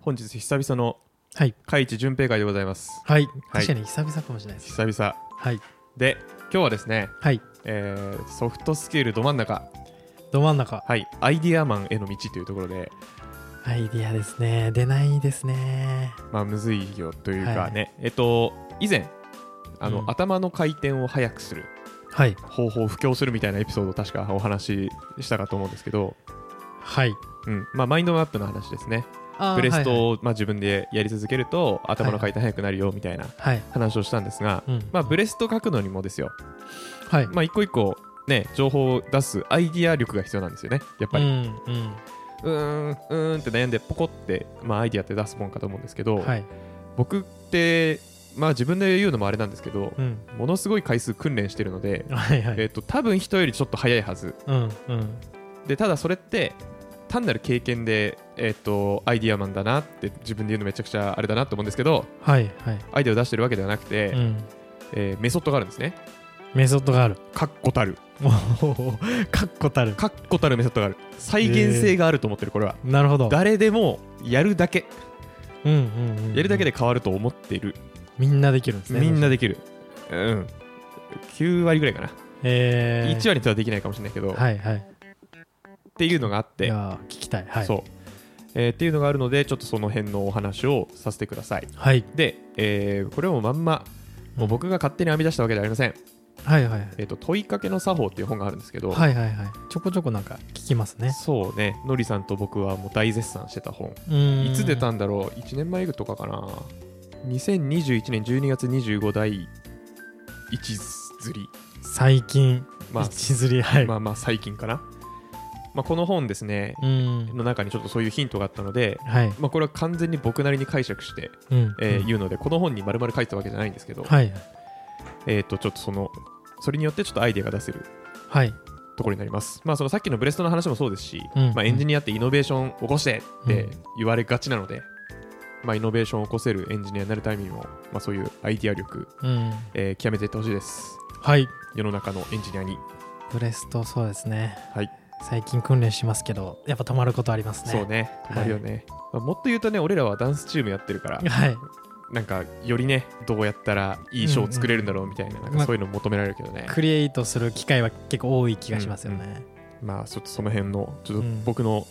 本日久々のはい海一順平会でございますはい確かに久々かもしれないです久々はいで今日はですね、はいえーソフトスケールど真ん中ど真ん中はいアイディアマンへの道というところでアイディアですね出ないですねまあむずいよというかはいね、えっと以前あの、うん頭の回転を速くするはい方法を布教するみたいなエピソードを確かお話ししたかと思うんですけど、はいうんまあ、マインドマップの話ですねあーブレスはいトを、まあ、自分でやり続けると頭の回転速くなるよみたいなはい、はい話をしたんですが、うんまあ、ブレスト書くのにもですよ、はいまあ、一個一個ね情報を出すアイディア力が必要なんですよねやっぱうりんううーんうーんって悩んでポコって、まあ、アイディアって出すもんかと思うんですけど、んはい僕ってまあ自分で言うのもあれなんですけど、うんものすごい回数訓練してるので、はいはえいっと多分人よりちょっと早いはずうんうんでただそれって単なる経験で、えっとアイディアマンだなって自分で言うのめちゃくちゃあれだなと思うんですけどはいはいアイデアを出してるわけではなくて、うんえーメソッドがあるんですねメソッドがある確固たるおーかっこたる確固たるメソッドがある再現性があると思ってるこれは、なるほど誰でもやるだけうんうんうんうんやるだけで変わると思っている、みんなできるんですねみんなできるうん9割ぐらいかな、えー1割とはできないかもしれないけど、っはいはいていうのがあっいて、やー聞きたいはいそう、えーっていうのがあるのでちょっとその辺のお話をさせてくださいはいで、えーこれもまんまもう僕が勝手に編み出したわけではありません、はいはいはいえー、と問いかけの作法っていう本があるんですけど、はいはいはいちょこちょこなんか聞きますねそうねのりさんと僕はもう大絶賛してた本うんいつ出たんだろう1年前とかかな2021年12月25第1釣り最近まあ一釣りはい、まあまあ最近かな、まあ、この本ですねうんの中にちょっとそういうヒントがあったので、はい、まあ、これは完全に僕なりに解釈して、うんえーうん言うのでこの本に丸々書いてたわけじゃないんですけど、はいえっ、とちょっとそのそれによってちょっとアイデアが出せるはいところになりますまあそのさっきのブレストの話もそうですし、うんまあ、エンジニアってイノベーション起こしてってうん言われがちなので、まあ、イノベーションを起こせるエンジニアになるためにも、まあ、そういうアイディア力、うんえー極めていってほしいですはい世の中のエンジニアにブレストそうですねはい最近訓練しますけどやっぱ止まることありますねそうねはい止まるよね、まあ、もっと言うとね俺らはダンスチームやってるからはいなんかよりねどうやったらいいショーを作れるんだろうみたいな,、んなんかそういうの求められるけどね、クリエイトする機会は結構多い気がしますよね、まあちょっとその辺のちょっうとん僕の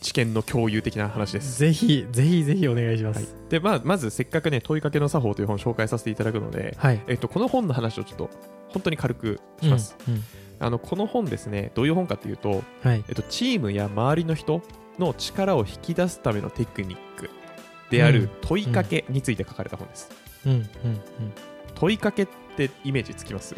知見の共有的な話です、ぜひぜひぜひお願いしまはいす、でまあ、まずせっかくね問いかけの作法という本を紹介させていただくので、はい、えっと、この本の話をちょっと本当に軽くします、うんうんあのこの本ですねどういう本かというと、はいえっと、チームや周りの人の力を引き出すためのテクニックであうんる問いかけについて書かれた本です、うんうんうん問いかけってイメージつきます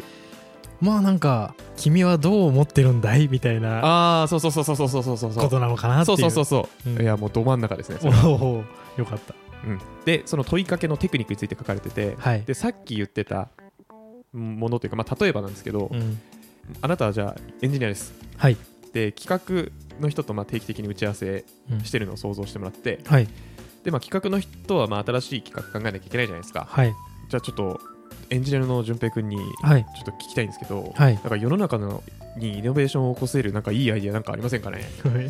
まあなんか君はどう思ってるんだいみたいなああそうそうそうそうそうそうそうそうことなのかなってそいううそうそうそう、うんいやもうど真ん中ですねそれはおおよかったうんでその問いかけのテクニックについて書かれててはいでさっき言ってたものというか、まあ、例えばなんですけど、うんあなたはじゃあエンジニアですはい、で企画の人とまあ定期的に打ち合わせうんしてるのを想像してもらってはいで、まあ、企画の人はまあ新しい企画考えなきゃいけないじゃないですかはいじゃあちょっとエンジニアの淳平君にちょはいっと聞きたいんですけど、はい なんか世の中のにイノベーションを起こせるなんかいいアイディアなんかありませんかねみたい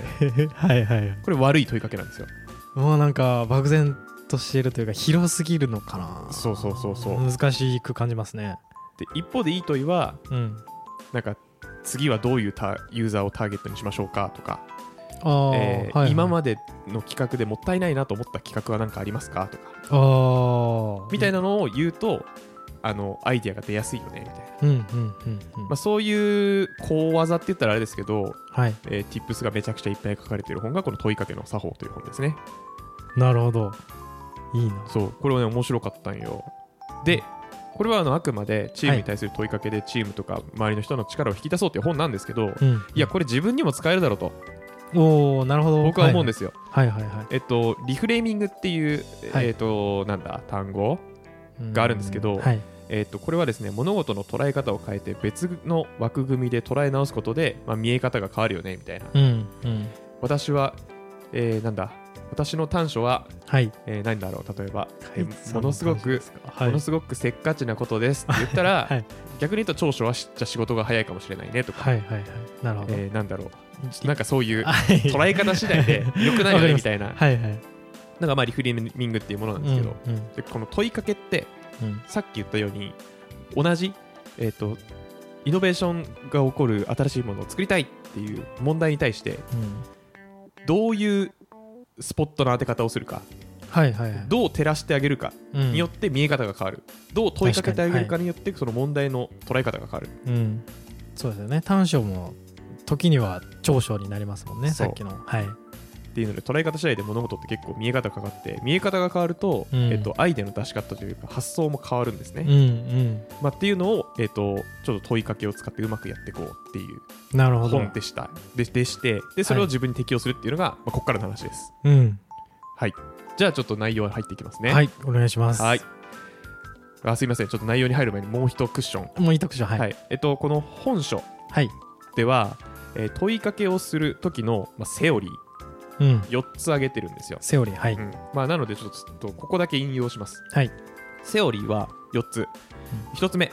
なはいはいこれ悪い問いかけなんですよもうなんか漠然としているというか広すぎるのかなそうそうそうそう難しく感じますねで一方でいい問いはうんなんか次はどういうタユーザーをターゲットにしましょうかとか、ああ、えーはいはい今までの企画でもったいないなと思った企画は何かありますかとかああみたいなのを言うと、あのアイディアが出やすいよねみたいな、うんうんうんうん、まあ、そういう小技って言ったらあれですけど、はいえー、Tips がめちゃくちゃいっぱい書かれている本がこの問いかけの作法という本ですねなるほどいいなそうこれはね面白かったんよでこれはあのあくまでチームに対する問いかけでチームとか周りの人の力を引き出そうという本なんですけど、い、うんやこれ自分にも使えるだろうとおおなるほど僕は思うんですすよ、はいはいはい、はいえっとリフレーミングっていう、はいえっとなんだ単語うんがあるんですけどはいえー、とこれはですね物事の捉え方を変えて別の枠組みで捉え直すことで、まあ、見え方が変わるよねみたいな、うんうん私は、えーなんだ私の短所は、はいえー何だろう例えば、えーはいものすごくはいものすごくせっかちなことですって言ったら、はい逆に言うと長所はしじゃあ仕事が早いかもしれないねとか、はいはいはいなるほど、えーなんだろうなんかそういうはい捉え方次第で良くないよねみたいなはいはいなんかまあリフレーミングっていうものなんですけど、うんでこの問いかけってうんさっき言ったように同じ、えー、とイノベーションが起こる新しいものを作りたいっていう問題に対してうんどういうスポットの当て方をするかはいはいはいどう照らしてあげるかうんによって見え方が変わる、どう問いかけてあげるかによってその問題の捉え方が変わる、うんそうですよね短所も時には長所になりますもんねそうさっきのはいっていうので捉え方次第で物事って結構見え方が変わって見え方が変わると,、うんえっとアイデアの出し方というか発想も変わるんですね、うんうんまあ、っていうのを、えっとちょっと問いかけを使ってうまくやっていこうっていうなるほど本でしたででしてでそれを自分に適用するっていうのが、まあ、ここからの話ですうんはいじゃあちょっと内容入っていきますねはいお願いしますはいあすいませんちょっと内容に入る前にもう一クッションもういい特徴ははい、いはいえっとこの本書はいでは、えー問いかけをする時の、まあ、セオリーうん4つ挙げてるんですよ、セオリーはいうんまあ、なのでちょっとここだけ引用しますはいセオリーは4つ、1つ目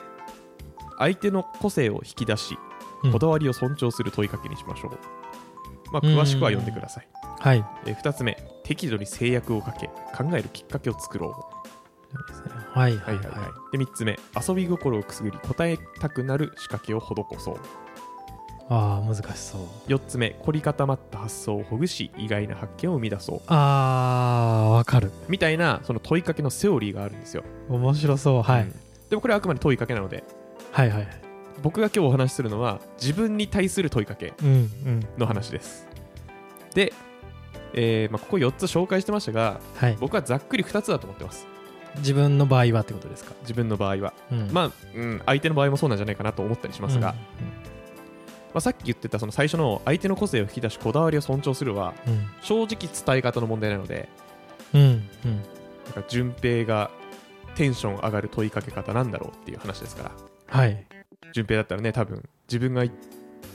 相手の個性を引き出しうんこだわりを尊重する問いかけにしましょう、まあ、うん詳しくは読んでください、はいえ2つ目適度に制約をかけ考えるきっかけを作ろはいはう、いはで3つ目遊び心をくすぐり答えたくなる仕掛けを施そういああ難しそう4つ目凝り固まった発想をほぐし意外な発見を生み出そうあーわかるみたいなその問いかけのセオリーがあるんですよ、面白そうはういんでもこれはあくまで問いかけなのではいはいはい僕が今日お話しするのは自分に対する問いかけうんうんの話ですで、えーまあ、ここ4つ紹介してましたがはい僕はざっくり2つだと思ってます自分の場合はってことですか自分の場合はうんまあ、うん、相手の場合もそうなんじゃないかなと思ったりしますが、まあ、さっき言ってたその最初の相手の個性を引き出しこだわりを尊重するはうん正直伝え方の問題なのでうんうんなんか順平がテンション上がる問いかけ方なんだろうっていう話ですからはい順平だったらね多分自分が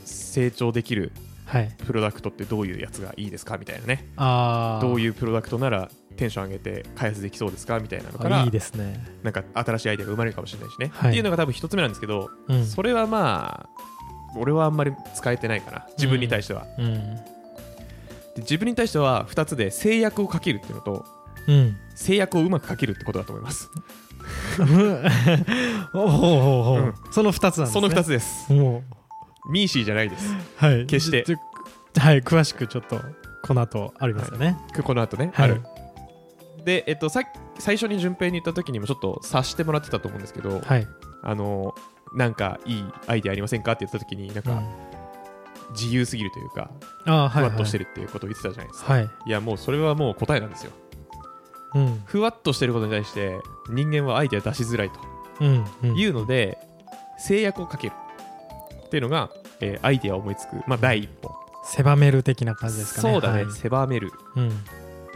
成長できるはいプロダクトってどういうやつがいいですかみたいなねああどういいううプロダクトならテンション上げて開発できそうですかみたいなのからいいですねなんか新しいアイデアが生まれるかもしれないしね、はいっていうのが多分一つ目なんですけど、うんそれはまあ俺はあんまり使えてないかな自分に対しては、うんで自分に対しては2つで制約をかける っていうのとうん制約をうまくかけるってことだと思いますおおほうほううんその二つなんですそねの2つですもミーシーじゃないですうはい決してじゃじゃはい詳しくちょっとこの後ありますよねこの後ね、はいあるで、えっと、さっき最初に順平に言った時にもちょっと察してもらってたと思うんですけど、はいあのなんかいいアイデアありませんかって言った時になんうんか自由すぎるというか、ああふはいわはいっとしてるっていうことを言ってたじゃないですか、はいいやもうそれはもう答えなんですようんふわっとしてることに対して人間はアイデア出しづらいとうんうんいうので、制約をかけるっていうのが、えーアイデアを思いつく、まあ、第一歩狭める的な感じですかねそうだね、はい狭めるうん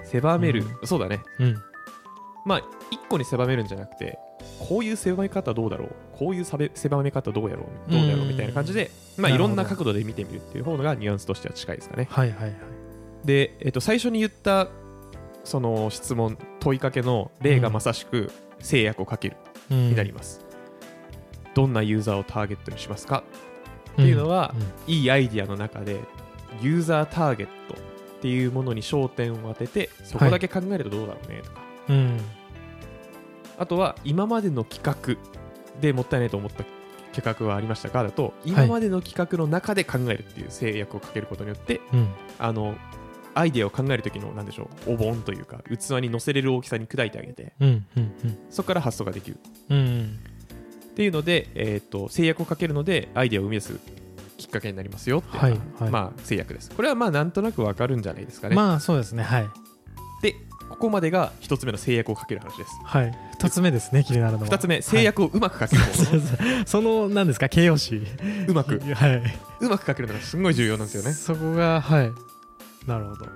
狭める、そうだねうんまあ一個に狭めるんじゃなくてこういう狭め方どうだろうこういう狭め狭め方どうやろうどうやろううんみたいな感じで、まあ、ないるろほどんな角度で見てみるっていう方がニュアンスとしては近いですかねはいはいはいで、えっと最初に言ったその質問問いかけの例がまさしく制約をかけるにになります、どんなユーザーをターゲットにしますかっていうのはいいアイディアの中でユーザーターゲットっていうものに焦点を当ててそこだけ考えるとどうだろうねとか、うんうんあとは今までの企画でもったいないと思った企画はありましたかだと今までの企画の中で考えるっていう制約をかけることによって、うんあのアイデアを考える時の何でしょうお盆というか器に乗せれる大きさに砕いてあげてうんうんうんそこから発想ができるうんっていうので、えー、と制約をかけるのでアイデアを生み出すきっかけになりますよっていうのが、はいはいまあ、制約ですこれはまあなんとなくわかるんじゃないですかね、まあそうですねはいでここまでが1つ目の制約をかける話ですはい二つ目ですね気になるのは2つ目制約をうまくかけるはい そ方うそうその何ですか形容詞うまくはい、うまくかけるのがすごい重要なんですよねそこがはいなるほどま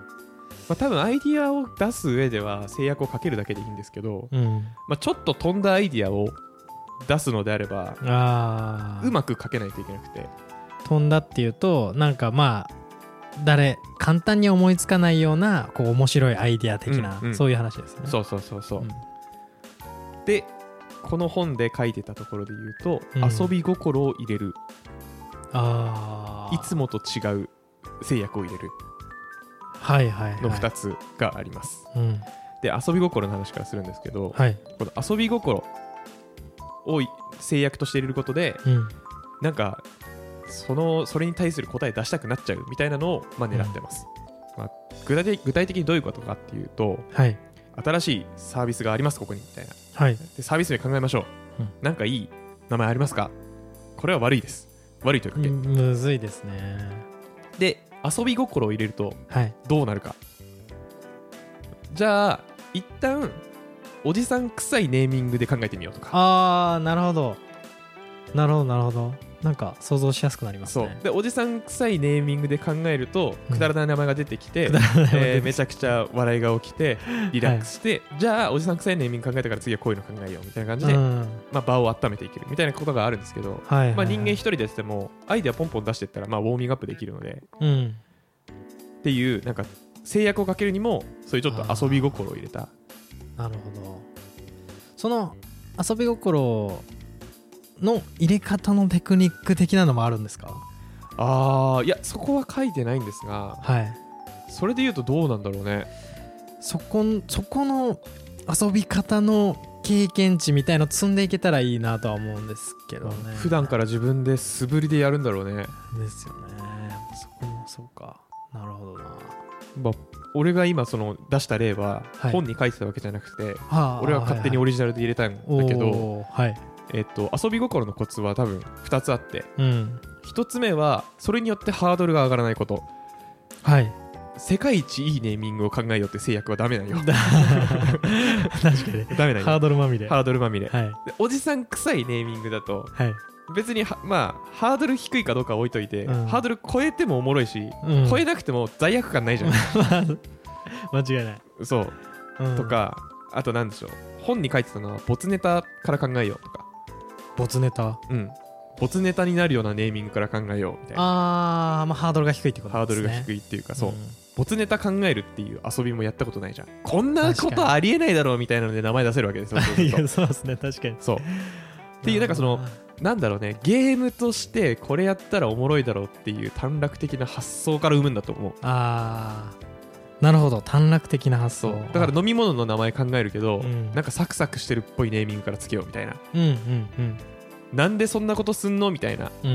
あ、多分アイディアを出す上では制約をかけるだけでいいんですけど、うんまあ、ちょっと飛んだアイディアを出すのであればああうまくかけないといけなくて飛んだっていうとなんかまあ誰簡単に思いつかないようなこう面白いアイデア的な、うんうんそういう話ですねそうそうそうそう、うんでこの本で書いてたところで言うと、うん遊び心を入れるああいつもと違う制約を入れるはいはい、はい、の2つがあります、うんって遊び心の話からするんですけど、はい、この遊び心を制約として入れることでうん、なんかそのそれに対する答え出したくなっちゃうみたいなのを、まあ、狙ってます、まあ、具体的具体的にどういうことかっていうとはい、新しいサービスがありますここにみたいなはい、でサービス名考えましょう、うんなんかいい名前ありますかこれは悪いです悪いというか、うんむずいですね。で遊び心を入れるとはい、どうなるかじゃあ一旦おじさん臭いネーミングで考えてみようとかあー、なるほど。なるほど、なるほど。なんか想像しやすくなりますそうね。でおじさん臭いネーミングで考えるとうんくだらない名前が出てきて、くだらないえー話めちゃくちゃ笑いが起きてリラックスして、じゃあおじさん臭いネーミング考えたから次はこういうの考えようみたいな感じで、うん、まあ、場を温めていけるみたいなことがあるんですけど、はい、まあ、人間一人、人でやっててもアイデアポンポン出していったらまあウォーミングアップできるのでうん、っていうなんか制約をかけるにもそういうちょっと遊び心を入れたなるほど。その遊び心の入れ方のテクニック的なのもあるんですか。あーいやそこは書いてないんですがはい。それで言うとどうなんだろうねそこんそこの遊び方の経験値みたいの積んでいけたらいいなとは思うんですけどね普段から自分で素振りでやるんだろうねですよねそこもそうかなるほどなまあ、俺が今その出した例ははい本に書いてたわけじゃなくて、あー俺は勝手にオリジナルで入れたんだけど、はいはいおーはいえっと、遊び心のコツは多分2つあってうん1つ目はそれによってハードルが上がらないこと はい世界一いいネーミングを考えようって制約はダメなんよ 確かにダメなんよハードルまみれハードルまみれ、はいでおじさん臭いネーミングだとはい別にはまあハードル低いかどうかは置いといて、うんハードル超えてもおもろいし、うん超えなくても罪悪感ないじゃん間違いないそううんとか、あとなんでしょう本に書いてたのは没ネタから考えようとか没ネタうん没ネタになるようなネーミングから考えようみたいなあーまあハードルが低いってことハードルがい低いっていうかそう、没ネタ考えるっていう遊びもやったことないじゃんこんなこ確かとにありえないだろうみたいなので名前出せるわけですよそうす いるとやそうですね確かにっそうっていうなんかそのなんだろうねゲームとしてこれやったらおもろいだろうっていう短絡的な発想から生むんだと思うあーなるほど短絡的な発そ想うだから飲み物の名前考えるけど、うんなんかサクサクしてるっぽいネーミングからつけようみたいなうんうんうんなんでそんなことすんのみたいなうん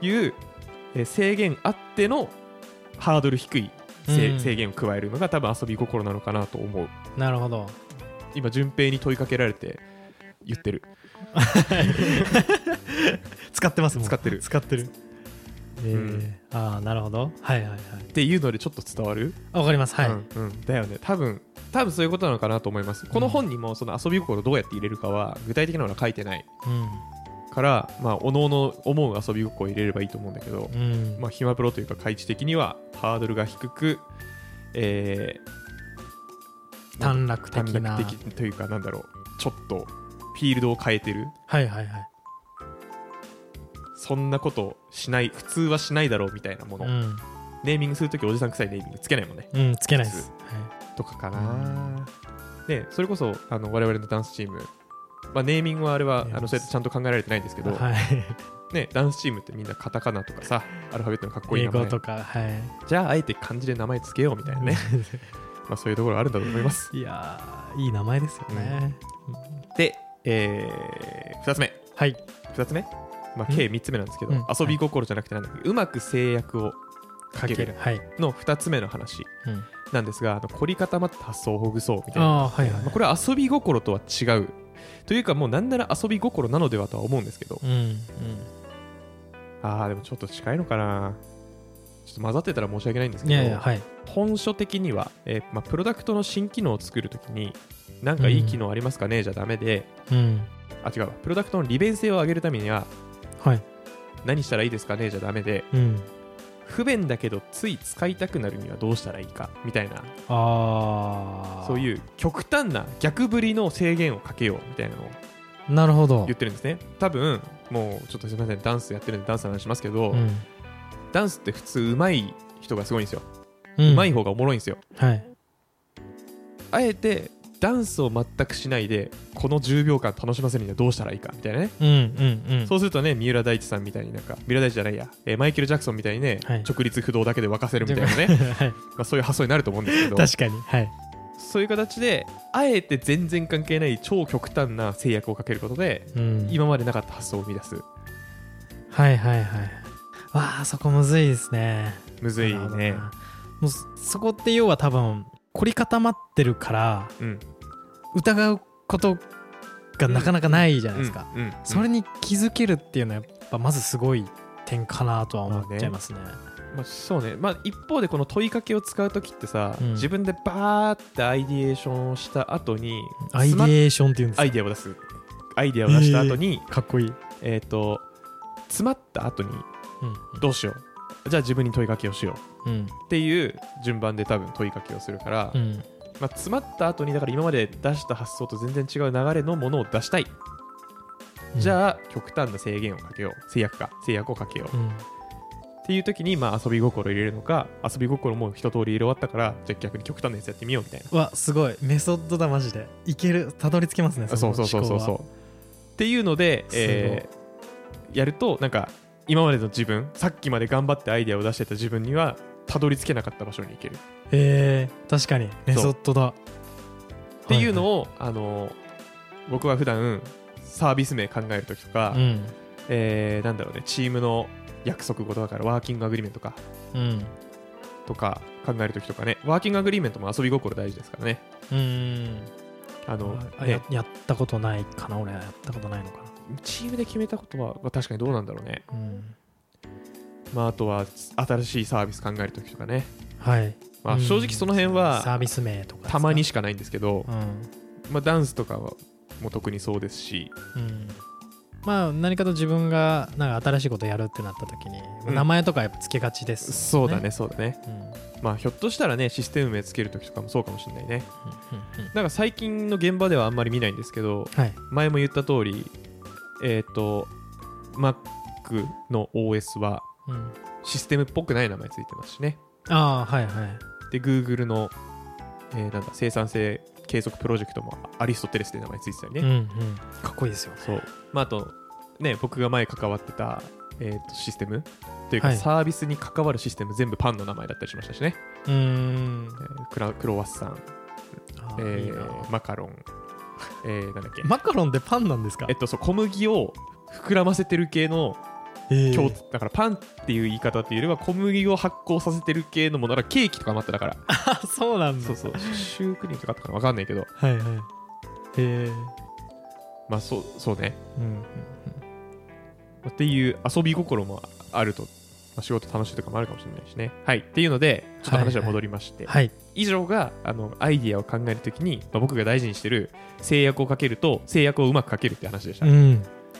いう、えー制限あってのハードル低いせ、うん制限を加えるのが多分遊び心なのかなと思うなるほど今順平に問いかけられて言ってる使ってますもん使ってる使ってるえーうんああなるほどはいはいはいっていうのでちょっと伝わる、あわかりますはい、うんうんだよね多分多分そういうことなのかなと思いますこの本にもその遊び心をどうやって入れるかは具体的なものは書いてないからまあおのの思う遊び心を入れればいいと思うんだけど、うん、うんまあ、暇プロというか開智的にはハードルが低く、えー短絡的短な絡的というかなんだろうちょっとフィールドを変えてるはいはいはい、そんなことしない普通はしないだろうみたいなもの、うんネーミングするときおじさん臭いネーミングつけないもんねうん、つけないです、とかかな、ねそれこそあの我々のダンスチームまあ、ネーミングはあれはねあのそうやってちゃんと考えられてないんですけど、はいね、ダンスチームってみんなカタカナとかさアルファベットのかっこいい英名語前とかはいじゃああえて漢字で名前つけようみたい なねまあそういうところあるんだと思いますいやーいい名前ですよね、で、えー、2つ目はい2つ目、まあ、うん計3つ目なんですけど、うん遊び心じゃなくてなんだっけうまく制約をかけるはい、の2つ目の話うん、なんですがあの凝り固まった発想をほぐそうみたいなああーはいはい、まあこれは遊び心とは違うというかもうなんなら遊び心なのではとは思うんですけどうんうんあーでもちょっと近いのかなちょっと混ざってたら申し訳ないんですけいどやいやはい本書的には、えーまあ、プロダクトの新機能を作るときになんかいい機能ありますかね、じゃダメでうんあ違うわプロダクトの利便性を上げるためにははい何したらいいですかねじゃダメでうん不便だけどつい使いたくなるにはどうしたらいいかみたいなああそういう極端な逆ぶりの制限をかけようみたいなのをうなるほど言ってるんですね多分もうちょっとすみませんダンスやってるんでダンスの話しますけど、うんダンスって普通上手い人がすごいんですようん上手い方がおもろいんですよはいあえてダンスを全くしないでこの10秒間楽しませるにはどうしたらいいかみたいなね、うんうんうんそうするとね三浦大知さんみたいになんか三浦大知じゃないや、えーマイケル・ジャクソンみたいにね、はい 直立不動だけで沸かせるみたいなね、はいまあ、そういう発想になると思うんですけど確かにはいそういう形であえて全然関係ない超極端な制約をかけることでうん今までなかった発想を生み出すはいはいはいわあそこむずいですねむずいなるほどねなもうそそこって要は多分凝り固まってるからうん疑うことがなかなかないじゃないですか、うんうんそれに気づけるっていうのはやっぱまずすごい点かなとは思っちゃいますね。まあ、そうね、まあ、一方でこの問いかけを使う時ってさ、うん自分でバーってアイディエーションをした後にアイディエーションっていうんですアかイディアを出すアイディアを出した後に、かっこいい。えっ、と詰まった後にうどうしようじゃあ自分に問いかけをしよん。うん。うっていう順番で多分問いかけをするから、うん。まあ、詰まった後にだから今まで出した発想と全然違う流れのものを出したい、じゃあ、あ極端な制限をかけよう制約か制約をかけよううん。っていう時にまあ遊び心を入れるのか遊び心も一通り入れ終わったからじゃあ逆に極端なやつやってみようみたいなうわ、すごい。メソッドだ、マジで。いける。たどり着けますね。あそうそうそうそうそうっていうので、すごいえーやるとなんか今までの自分さっきまで頑張ってアイデアを出してた自分にはたどり着けなかった場所に行けるっう。へえ、確かに。メソッドだ。ていうのを、あのー僕は普段サービス名考える時とか、はいはい、うん。えーなんだろうねチームの約束事だからワーキングアグリメントかうん。とか考える時とかねワーキングアグリメントも遊び心大事ですからねうん。あの、あねや、やったことないかな、俺。やったことないのかチームで決めたことはまあ確かにどうなんだろうね、な。うん。まあ、あとは新しいサービス考えるときとかね、はい。まうあ、ん正直その辺サはービス名とかですたか。まにしかないんですけどう、ん。まあ、ダンスとかはもう特にそうですし、うん、まあ何かと自分がなんか新しいことやるってなった時に、うん名前とかやっぱつけがちです、そうだね、そうだね、うんうんうんまあ、ひょっとしたらね、システム名つけるときとかもそうかもしれないね、なんか最近の現場ではあんまり見ないんですけど、はい前も言った通り、えっ、と、Mac の OS はうん、システムっぽくない名前ついてますしね。ああはいはいで、Google の、えーなんだ生産性計測プロジェクトもアリストテレスって名前ついてたりね。うんうん、かっこいいですよねそう、まあ、あと、ね、僕が前関わってた、えーとシステムというか、はいサービスに関わるシステム全部パンの名前だったりしましたしね、うーんえークラクロワッサン、あえーーいいなマカロン、えーなんだっけ、マカロンってパンなんですかえっとそう小麦を膨らませてる系のえ共だからパンっていう言い方っていうよりは小麦を発酵させてる系のものだからケーキとかもあっただからあそうなんだそう そうシュークリームとかあったかな分かんないけどはいはいえーまあそうそうねうんうんっていう遊び心もあると、まあ、仕事楽しいとかもあるかもしれないしね。はい、っていうのでちょっと話は戻りまして、はい以上があのアイディアを考えるときに、まあ、僕が大事にしてる制約をかけると制約をうまくかけるって話でした、うまんい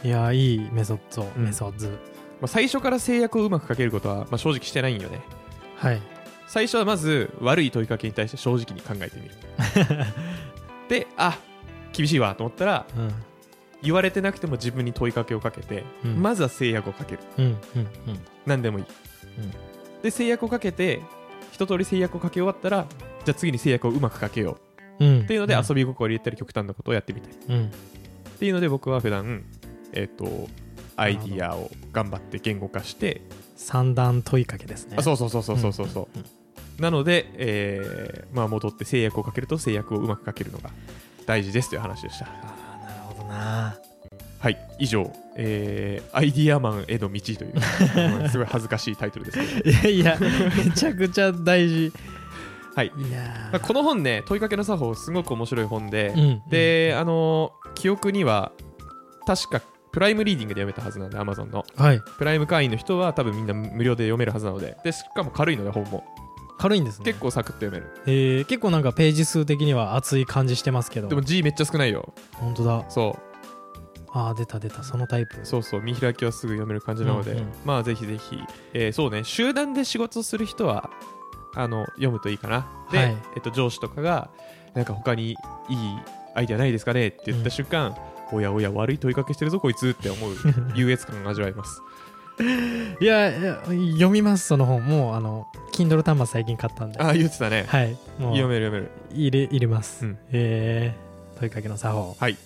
やーいいメソッド、うんメソッドあ、最初から制約をうまくかけることは、まあ、正直してないんよねはい最初はまず悪い問いかけに対して正直に考えてみ るであ厳しいわと思ったらうん言われてなくても自分に問いかけをかけて、うんまずは制約をかけるうんうんうん何でもいい、で制約をかけて一通り制約をかけ終わったらじゃあ次に制約をうまくかけようんうっていうのでん遊び心を入れたり極端なことをやってみたりうんっていうので僕は普段えっ、とアイディアを頑張って言語化して三段問いかけですねあそうそうそうそうそうそうそう、うんうんなので、えーまあ、戻って制約をかけると制約をうまくかけるのが大事ですという話でしたあーなるほどなはい以上、えーアイディアマンへの道という すごい恥ずかしいタイトルですけど、いやい やめちゃくちゃ大事はい、いやまあーこの本ね問いかけの作法すごく面白い本で、うんで、あの記憶には確かプライムリーディングで読めたはずなんで Amazon のはいプライム会員の人は多分みんな無料で読めるはずなのででしかも軽いので本も軽いんですね結、構サクッと読めるえー結構なんかページ数的には厚い感じしてますけどでも G めっちゃ少ないよ本当だそうあー出た出たそのタイプそうそう見開きはすぐ読める感じなので、うんうんまあぜひぜひ、えーそうね集団で仕事する人はあの読むといいかなで、はいえっと、上司とかがなんか他にいいアイデアないですかねって言った瞬間、おやおや悪い問いかけしてるぞこいつって思う優越感が味わえ ますいやいや読みますその本もうあの Kindle 端末最近買ったんでああ言ってたね、はいも読うめる読める入れ入れます、うんえー問いかけの作法はい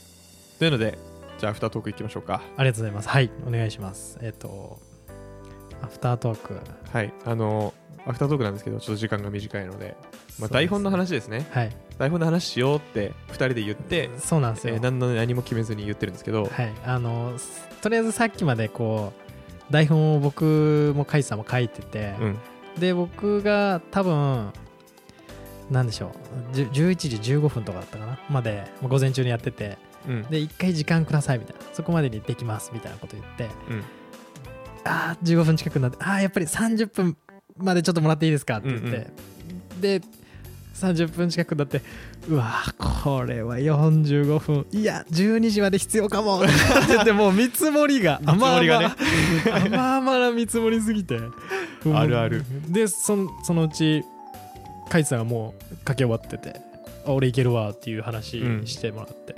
というのでじゃあアフタートークいきましょうかありがとうございますはいお願いしますえっ、とアフタートークはいあのアフタートークなんですけどちょっと時間が短いので、まあ、台本の話ですねはい台本の話しようって2人で言って、そうなんですえよ、ー何の何も決めずに言ってるんですけど、はいあのすとりあえずさっきまでこう台本を僕もカイさんも書いてて、うんで僕が多分なんでしょうじゅ11時15分とかだったかなまでまあ午前中にやっててうんで一回時間くださいみたいなそこまでにできますみたいなこと言ってうんあー15分近くになってあーやっぱり30分までちょっともらっていいですかって言って、うんで30分近くになってうわーこれは45分いや12時まで必要 かもって言ってもう見積もりが見積もりがねあ まあまな見積もりすぎてあるあるでそんそのうちカイツさんがもう書き終わっててあ俺いけるわっていう話してもらって、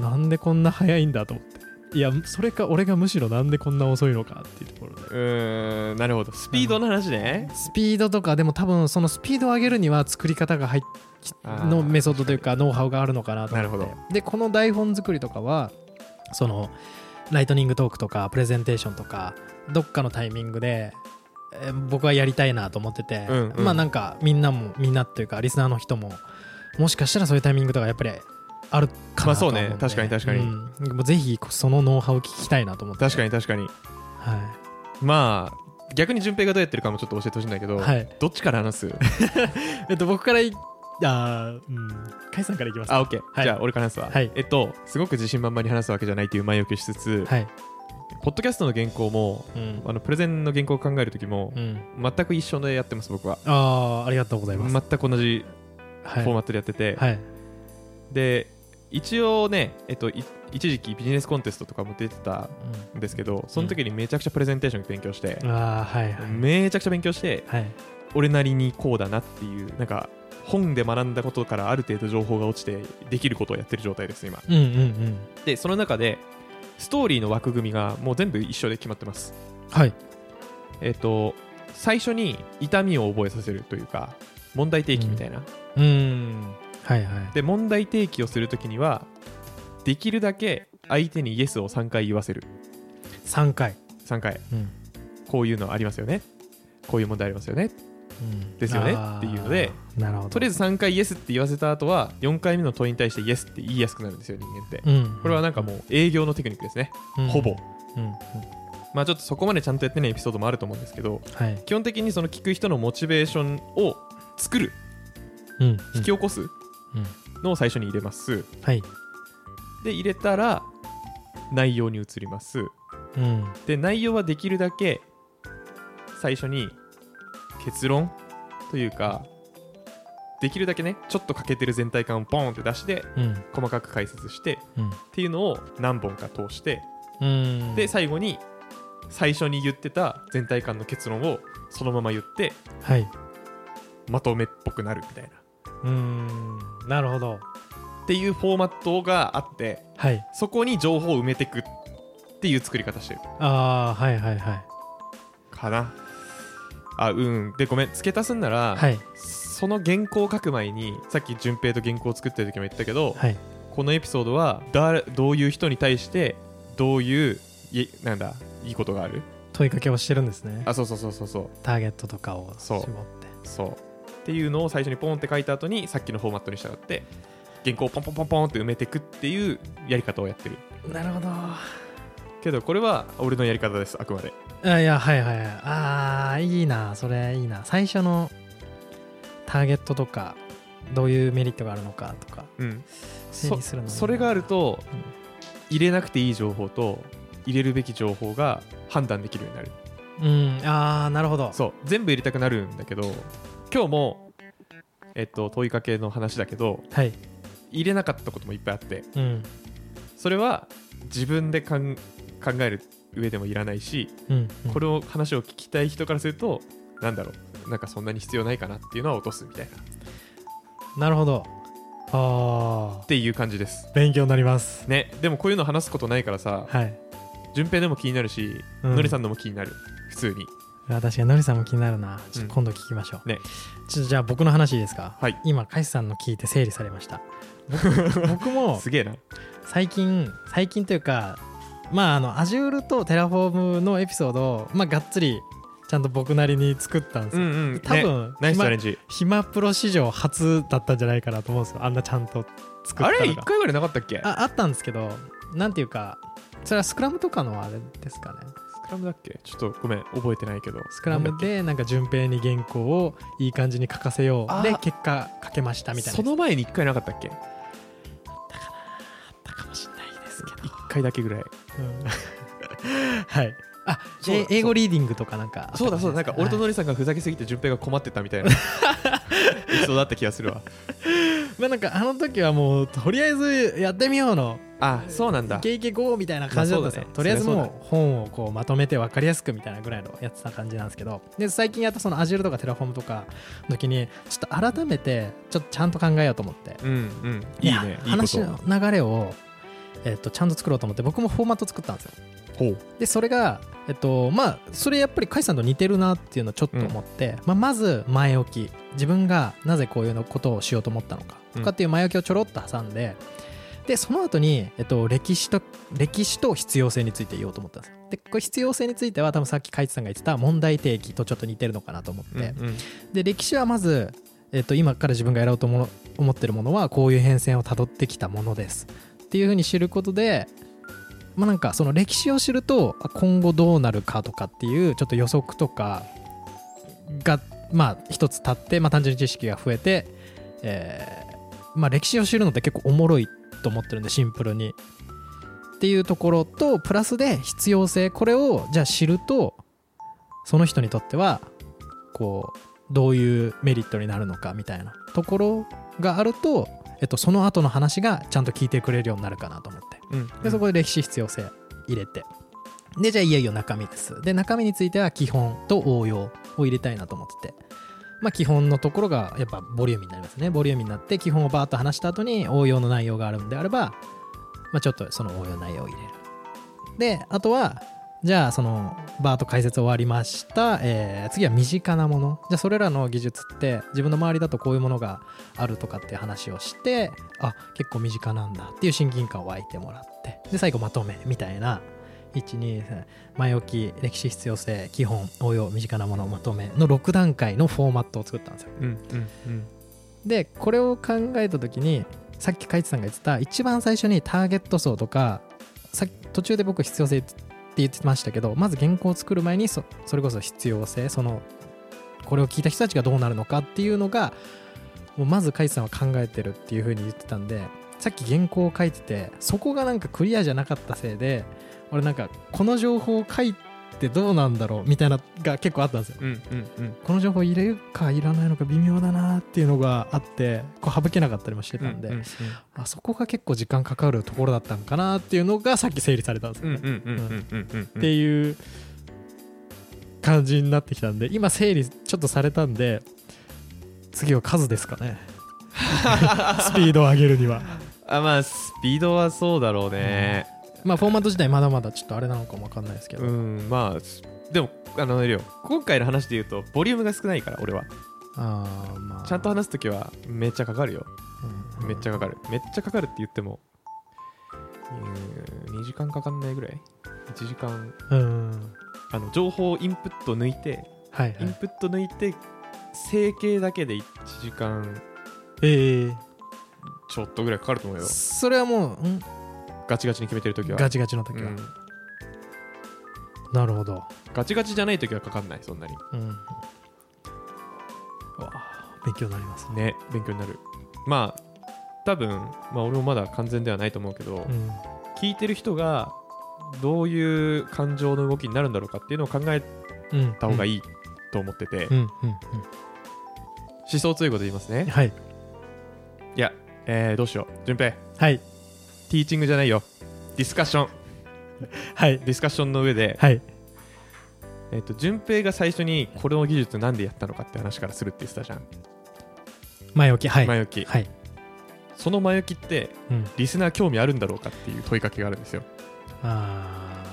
なんでこんな早いんだと思っていやそれか俺がむしろなんでこんな遅いのかっていうところでうーんなるほどスピードの話ね、スピードとかでも多分そのスピードを上げるには作り方が入っあーのメソッドというかノウハウがあるのかなと思ってなるほでこの台本作りとかはそのライトニングトークとかプレゼンテーションとかどっかのタイミングでえー僕はやりたいなと思ってて、うんうんまあなんかみんなもみんなっていうかリスナーの人ももしかしたらそういうタイミングとかやっぱりあるまかなあとそ思ううんで、ね確かに確かにうんもうぜひそのノウハウを聞きたいなと思って確かに確かにはまあ逆に順平がどうやってるかもちょっと教えてほしいんだけど、はいどっちから話 すい、えっと僕からいあーうん甲斐さんからいきますあ OK、はいじゃあ俺から話すわ、はいえっとすごく自信満々に話すわけじゃないっていう前置きをしつつ、はいポッドキャストの原稿もうんあのプレゼンの原稿を考える時も、うん全く一緒でやってます僕はああありがとうございます、全く同じフはォーいマットでやってて、はいで一応ね、えっと、い一時期ビジネスコンテストとかも出てたんですけどその時にめちゃくちゃプレゼンテーション勉強してう、ん、ああはいはいめちゃくちゃ勉強してはい俺なりにこうだなっていうなんか本で学んだことからある程度情報が落ちてできることをやってる状態です今うんうんうんでその中でストーリーの枠組みがもう全部一緒で決まってますはいえっと最初に痛みを覚えさせるというか問題提起みたいな、うんはいはいで問題提起をするときにはできるだけ相手にイエスを3回言わせる3回3回うんこういうのありますよねこういう問題ありますよねうんですよねあーっていうのでなるほどとりあえずず3回イエスって言わせた後は4回目の問いに対してイエスって言いやすくなるんですよ人間ってうんこれはなんかもう営業のテクニックですねうんほぼうんうんまあちょっとそこまでちゃんとやってないエピソードもあると思うんですけどはい基本的にその聞く人のモチベーションを作るうん引き起こすうんのを最初に入れますはいで入れたら内容に移りますうんで内容はできるだけ最初に結論というかできるだけねちょっと欠けてる全体感をボーンって出してうん細かく解説してうんっていうのを何本か通してうんで最後に最初に言ってた全体感の結論をそのまま言ってはいまとめっぽくなるみたいなうんなるほどっていうフォーマットがあってはいそこに情報を埋めてくっていう作り方してるああはいはいはいかなあうんでごめん付け足すんなら、はいその原稿を書く前にさっき順平と原稿を作ってる時も言ったけど、はいこのエピソードはだどういう人に対してどういういなんだいいことがある問いかけをしてるんですねあそうそうそうそうそうターゲットとかをそう絞ってそうっていうのを最初にポンって書いた後にさっきのフォーマットに従って原稿をポンポンポンポンって埋めていくっていうやり方をやってるなるほどけどこれは俺のやり方ですあくまであいやはいはいはいあーいいなそれいいな最初のターゲットとかどういうメリットがあるのかとかうん整そ理するのそれがあるとうん入れなくていい情報と入れるべき情報が判断できるようになるうんああなるほどそう全部入れたくなるんだけど今日もえっと問いかけの話だけどはい入れなかったこともいっぱいあってうんそれは自分でかん考える上でもいらないしうんこれを話を聞きたい人からするとなんだろうなんかそんなに必要ないかなっていうのは落とすみたいなっなるほどああていう感じです勉強になりますねでもこういうの話すことないからさはい順平でも気になるし、うんのりさんのも気になる普通にあ確かにのりさんも気になるなちょっうんと今度聞きましょう、ねちょっとじゃあ僕の話いいですかはい今カイスさんの聞いて整理されました 僕僕もすげえな最近最近というかまああの Azure と Terraform のエピソードを、まあ、がっつりちゃんと僕なりに作ったんですうんうよ、ん、多ね、分、ナイスチャレ暇ンジ暇プロ史上初だったんじゃないかなと思うんですよあんなちゃんと作ったのがあれ一回ぐらいなかったっけああったんですけどなんていうかそれはスクラムとかのあれですかねスクラムだっけちょっとごめん覚えてないけどスクラムなんだっでなんか順平に原稿をいい感じに書かせよあうーで結果書けましたけみたいなその前に一回なかったっけったかもしれないですけど一回だけぐらい はいあそうだえ英語リーディングとかなんかそうだそうだなんか俺とのノリさんがふざけすぎて順平が困ってたみたいなエピソードだった気がするわまあなんかあの時はもうとりあえずやってみようのあそうなんだイケイケゴーみたいな感じだったんですよ、まあそとうりあだねえずそりゃもう本をこうまとめて分かりやすくみたいなぐらいのやってた感じなんですけどで最近やったその Azure とか Terraform とかの時にちょっと改めてちょっとちゃんと考えようと思ってうんうんいいやねいいこ話との流れを、えっとちゃんと作ろうと思って僕もフォーマット作ったんですよほうでそれがえっとまあそれやっぱり甲斐さんと似てるなっていうのをちょっと思って、まあ、まず前置き自分がなぜこういうのことをしようと思ったのかとかっていう前置きをちょろっと挟んで、でその後にえっと歴史と歴史と必要性について言おうと思ったんですよでこれ必要性については多分さっき甲斐さんが言ってた問題提起とちょっと似てるのかなと思って、うんうんで歴史はまず、えっと今から自分がやろうと思思ってるものはこういう変遷をたどってきたものですっていうふうに知ることで、まあ、なんかその歴史を知るとあ今後どうなるかとかっていうちょっと予測とかがまあ一つ立って、まあ、単純に知識が増えて、えーまあ、歴史を知るのって結構おもろいと思ってるんでシンプルに。っていうところとプラスで必要性これをじゃあ知るとその人にとってはこうどういうメリットになるのかみたいなところがあると、えっと、その後の話がちゃんと聞いてくれるようになるかなと思ってうんでそこで歴史必要性入れてでじゃあいよいよ中身ですで中身については基本と応用を入れたいなと思っててまあ基本のところがやっぱボリューミーになりますねボリューミーになって基本をバーッと話した後に応用の内容があるんであれば、まあ、ちょっとその応用内容を入れるであとはじゃあそのバーッと解説終わりました、えー次は身近なものじゃあそれらの技術って自分の周りだとこういうものがあるとかっていう話をしてあ結構身近なんだっていう親近感を湧いてもらってで最後まとめみたいな123前置き歴史必要性基本応用身近なものまとめの6段階のフォーマットを作ったんですようんうんうんでこれを考えた時にさっきカイツさんが言ってた一番最初にターゲット層とかさっき途中で僕必要性って言ってましたけどまず原稿を作る前にそそれこそ必要性そのこれを聞いた人たちがどうなるのかっていうのがもうまずカイツさんは考えてるっていう風に言ってたんでさっき原稿を書いててそこがなんかクリアじゃなかったせいで俺なんかこの情報を書いてどうなんだろうみたいなのが結構あったんですようんうんうんこの情報入れるかいらないのか微妙だなっていうのがあってこう省けなかったりもしてたんで、うんあそこが結構時間かかるところだったんかなっていうのがさっき整理されたんですようんね、うんうんうんうんうんうんっていう感じになってきたんで今整理ちょっとされたんで次は数ですか ねスピードを上げるにはあまあスピードはそうだろうねまあフォーマット自体まだまだちょっとあれなのかもわかんないですけど、うん、まあでもあのあれよ今回の話で言うとボリュームが少ないから俺はあーまあちゃんと話す時はめっちゃかかるようんめっちゃかかるめっちゃかかるって言っても2時間かかんないぐらい1時間うんあの情報をインプット抜いてはいはいインプット抜いて整形だけで1時間ええちょっとぐらいかかると思うよそれはもうんガチガチに決めてる時はガチガチの時は、うんなるほど、ガチガチじゃない時はかかんないそんなにうん、わあ勉強になりますね、ね勉強になるまあ多分、まあ、俺もまだ完全ではないと思うけど、うん、聞いてる人がどういう感情の動きになるんだろうかっていうのを考えうんた方がいいいと思ってて、うんうんうん、思想ということで言いますうん、ねはいいや、えーどうしよう順平はいティーチングじゃないよディスカッションはいディスカッションの上で、はいえっと順平が最初にこれの技術なんでやったのかって話からするって言ってたじゃん、前置きはい前置きはいその前置きってうんリスナー興味あるんだろうかっていう問いかけがあるんですよあ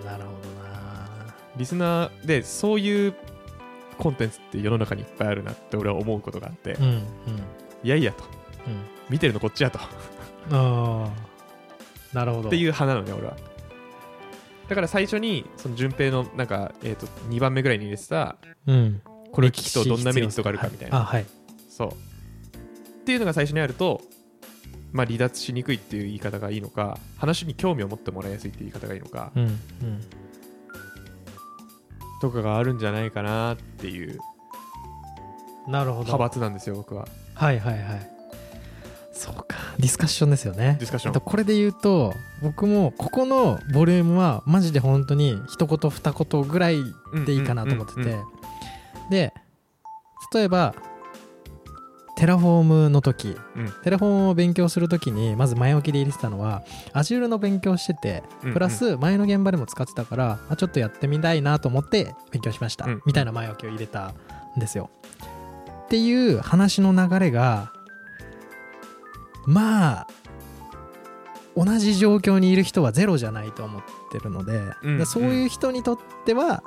ーなるほどなリスナーでそういうコンテンツって世の中にいっぱいあるなって俺は思うことがあって、うんうんいやいやとうん見てるのこっちやとっああなるほどていうう派なのね俺はだから最初にその順平のなんか、えー、と2番目ぐらいに入れてたうんこれを聞くとどんなメリットがあるかみたいな、あはいそうっていうのが最初にあると、まあ、離脱しにくいっていう言い方がいいのか話に興味を持ってもらいやすいっていう言い方がいいのか、うんうんとかがあるんじゃないかなっていうなるほど派閥なんですよ僕ははいはいはいそうかディスカッションですよねディスカッショあンとこれで言うと僕もここのボリュームはマジで本当に一言二言ぐらいでいいかなと思ってうんうんうんてで例えばテラフォームの時、うんテラフォームを勉強する時にまず前置きで入れてたのは Azure の勉強しててうんうんプラス前の現場でも使ってたから、あちょっとやってみたいなと思って勉強しました、うんみたいな前置きを入れたんですよ。っていう話の流れがまあ同じ状況にいる人はゼロじゃないと思ってるので、うんでそういう人にとっては、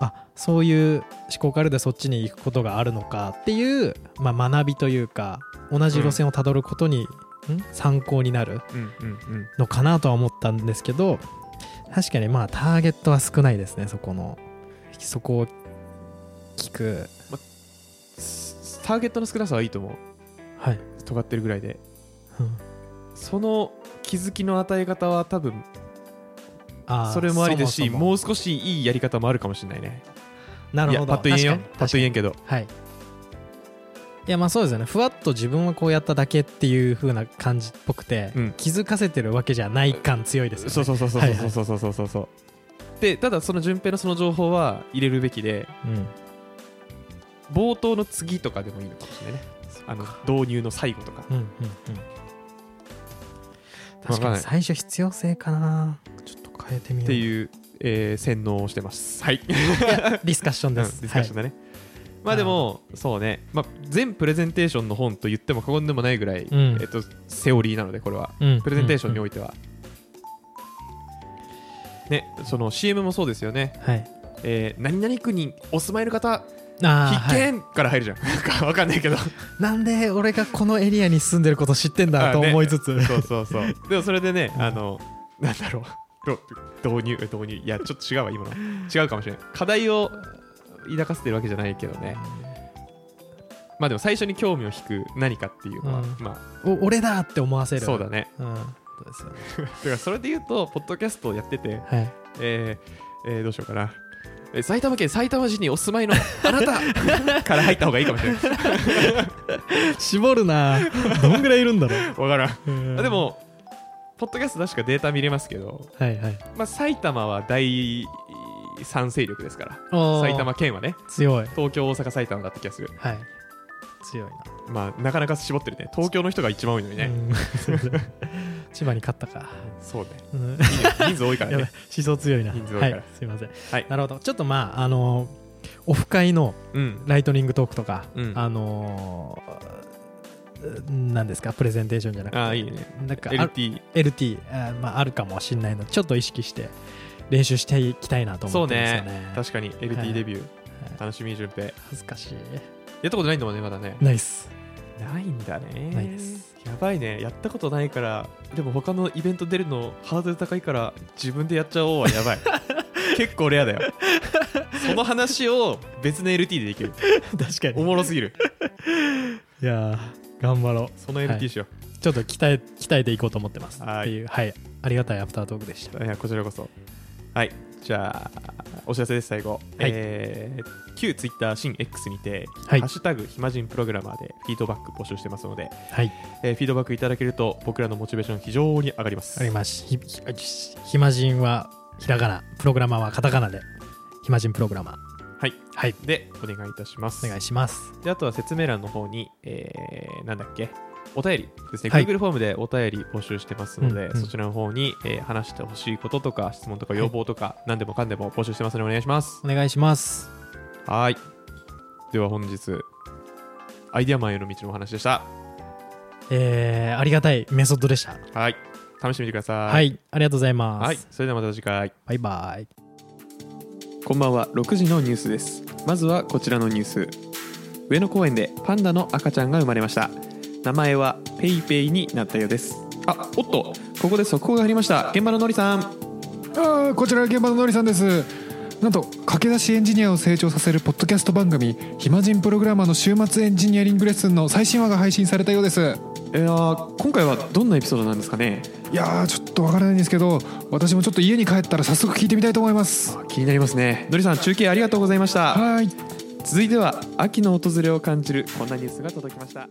あそういう思考からでそっちに行くことがあるのかっていう、まあ、学びというか同じ路線をたどることに、ん参考になるうんうんうんのかなとは思ったんですけど確かにまあターゲットは少ないですねそこのそこを聞くスターゲットの少なさはいいと思うはい、尖ってるぐらいでうんその気づきの与え方は多分あーそれもありですしそもそもう少しいいやり方もあるかもしれないねないるやほどパッと言えんよ確かにパッと言えんけど確かにはいいやまあそうですよねふわっと自分はこうやっただけっていう風な感じっぽくて、うん気づかせてるわけじゃない感強いですよねそうう、そうそうそうそうそうそうそうそうそうでただその順平のその情報は入れるべきでん、冒頭の次とかでもいいのかもしれないねあの導入の最後とかうんうんうん確かに最初必要性かなちょっと変えてみようっていう、えー洗脳をしてますはいディスカッションうでんす、 ディスカッションだね、まあでもそうね、まあ、全プレゼンテーションの本と言っても過言でもないぐらい、うんえっと、セオリーなのでこれはうんプレゼンテーションにうんおいては、ねその CM もそうですよね、はいえー何々区にお住まいの方あー必見から入るじゃん、 なんかわかんないけどはいなんで俺がこのエリアに住んでること知ってんだとあね思いつつ、そうそうそう でもそれでねうんあのなんだろうど導入導入いやちょっと違うわ今の違うかもしれない課題を抱かせてるわけじゃないけどねまあでも最初に興味を引く何かっていうのは、うんまあお俺だって思わせるそうだねうんそうですよねだからそれで言うとポッドキャストをやってて、はいえーえーどうしようかなえー埼玉県埼玉市にお住まいのあな たから入った方がいいかもしれない分絞るな どんぐらいいるんだろからんうあでもポッドキャスト確かデータ見れますけど、はいはいまあ、埼玉は第三勢力ですからおー埼玉県はね強い東京大阪埼玉だった気がするはい強いなまあなかなか絞ってるね東京の人が一番多いのにね、うん 千葉に勝ったか、そうねうんいいね人数多いから やばいね、思想強いな。人数多いはからい、すいません。はいなるほど。ちょっとまあ、あのーオフ会のうんライトニングトークとか、うんあのーなんですか、プレゼンテーションじゃなくて、ああいいねなんかあ LT LT、あーまあ、あるかもしれないので、ちょっと意識して練習していきたいなとそう思ってますよねね。確かにはい LT デビュー、はい楽しみ順平恥ずかしい。やったことないんだもんねまだねナ イス。ないんだねないですやばいねやったことないからでも他のイベント出るのハードル高いから自分でやっちゃおうはや ばい結構レアだよその話を別の LT でできる確かおに。もろすぎるいやー頑張ろその LT しよう。ちょっと鍛え、鍛えていこうと思ってます。はいっていう、はい。ありがたいアフタートークでした。う、いやこちらこそはいじゃあお知らせです最後、はいえー旧 Twitter 新 X にて「はいハッシュタグ暇人プログラマー」でフィードバック募集してますので、はい。えーフィードバックいただけると僕らのモチベーション非常に上がりますあります。ひ、ひ、暇人はひらがな、プログラマーはカタカナで、暇人プログラマー。はいはい、でお願いいたしますお願いします。であとは説明欄の方に、えーなんだっけお便りですね、はい Google フォームでお便り募集してますので、うんうんそちらの方に、えー話してほしいこととか質問とか要望とか、何でもかんでも募集してますのでお願いしますお願いします。はいでは本日アイデアマンへの道のお話でしたえー、ありがたいメソッドでした。はい、はい試してみてくださいありがとうございます。はい、それではまた次回バイバイ。こんばんは6時のニュースですまずはこちらのニュース上野公園でパンダの赤ちゃんが生まれました名前はペイペイになったようですあおっとここで速報が入りました現場ののりさんああこちら現場ののりさんですなんと駆け出しエンジニアを成長させるポッドキャスト番組「暇人プログラマーの週末エンジニアリングレッスン」の最新話が配信されたようですいやー今回はどんなエピソードなんですかねいやーちょっとわからないんですけど私もちょっと家に帰ったら早速聞いてみたいと思います気になりますねのりさん中継ありがとうございましたはーい続いては秋の訪れを感じるこんなニュースが届きました